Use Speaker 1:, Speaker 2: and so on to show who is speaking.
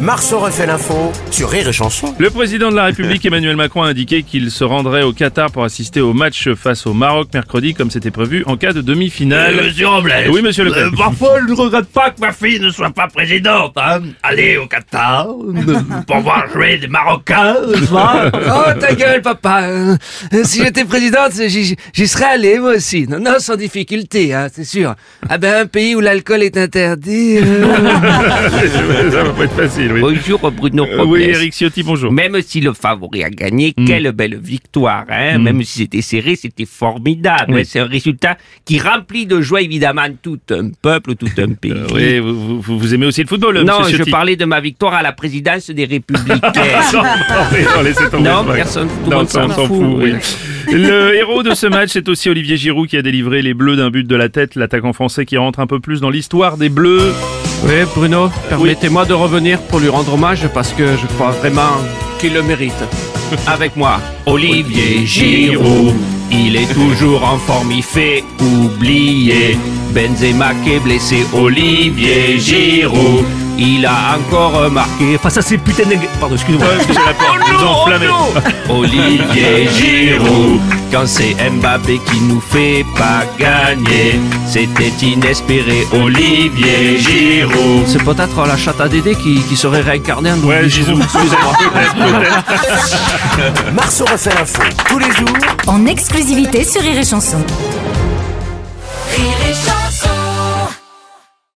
Speaker 1: Marceau refait l'info sur Rire et Chanson.
Speaker 2: Le président de la République Emmanuel Macron a indiqué qu'il se rendrait au Qatar pour assister au match face au Maroc mercredi comme c'était prévu en cas de demi-finale.
Speaker 3: Euh, monsieur Robles.
Speaker 2: Oui, monsieur Le Pen.
Speaker 3: euh, parfois, je ne regrette pas que ma fille ne soit pas présidente. Hein. Aller au Qatar euh, pour voir jouer des Marocains, n'est-ce pas
Speaker 4: Oh ta gueule papa Euh, Si j'étais présidente, j'y j'y serais allé moi aussi. Non, non sans difficulté, hein, c'est sûr. Ah ben un pays où l'alcool est interdit. euh,
Speaker 2: Ça va pas être facile, oui.
Speaker 5: Bonjour Bruno
Speaker 2: Euh,
Speaker 5: Robles.
Speaker 2: oui, Eric Ciotti, bonjour.
Speaker 5: Même si le favori a gagné,
Speaker 2: Mm.
Speaker 5: quelle belle victoire. Hein Même si c'était serré, c'était formidable.
Speaker 2: Oui.
Speaker 5: hein. C'est un résultat qui remplit de joie évidemment tout un peuple, tout un pays.
Speaker 2: Euh, oui, vous, vous- vous aimez aussi le football,
Speaker 5: non,
Speaker 2: monsieur
Speaker 5: je
Speaker 2: Ciotti.
Speaker 5: parlais de ma victoire à la présidence des Républicains.
Speaker 2: Non, non, non, laissez tomber,
Speaker 5: Non,
Speaker 2: c'est pas
Speaker 5: personne,
Speaker 2: grave.
Speaker 5: tout le
Speaker 2: Non,
Speaker 5: monde
Speaker 2: ça, on
Speaker 5: s'en
Speaker 2: s'en
Speaker 5: fout,
Speaker 2: fout,
Speaker 5: oui.
Speaker 2: oui. Le héros de ce match, c'est aussi Olivier Giroud qui a délivré les Bleus d'un but de la tête, l'attaquant français qui rentre un peu plus dans l'histoire des Bleus.
Speaker 6: Oui, Bruno, permettez-moi de revenir pour lui rendre hommage parce que je crois vraiment qu'il le mérite.
Speaker 5: Avec moi, Olivier Giroud. Il est toujours en forme, il fait oublier. Benzema qui est blessé, Olivier Giroud. Il a encore marqué face à ces putains de... Pardon, excuse-moi.
Speaker 2: Ouais, j'ai la peur, vous enflammez.
Speaker 5: Olivier Giroud, quand c'est Mbappé qui nous fait pas gagner, c'était inespéré. Olivier Giroud.
Speaker 6: C'est peut-être la chatte à Dédé qui, qui serait réincarnée en
Speaker 2: Ouais,
Speaker 6: Olivier
Speaker 2: Giroud,
Speaker 6: Giroud.
Speaker 1: Marceau refait l'info tous les jours
Speaker 7: en exclusivité sur Rire et Chanson.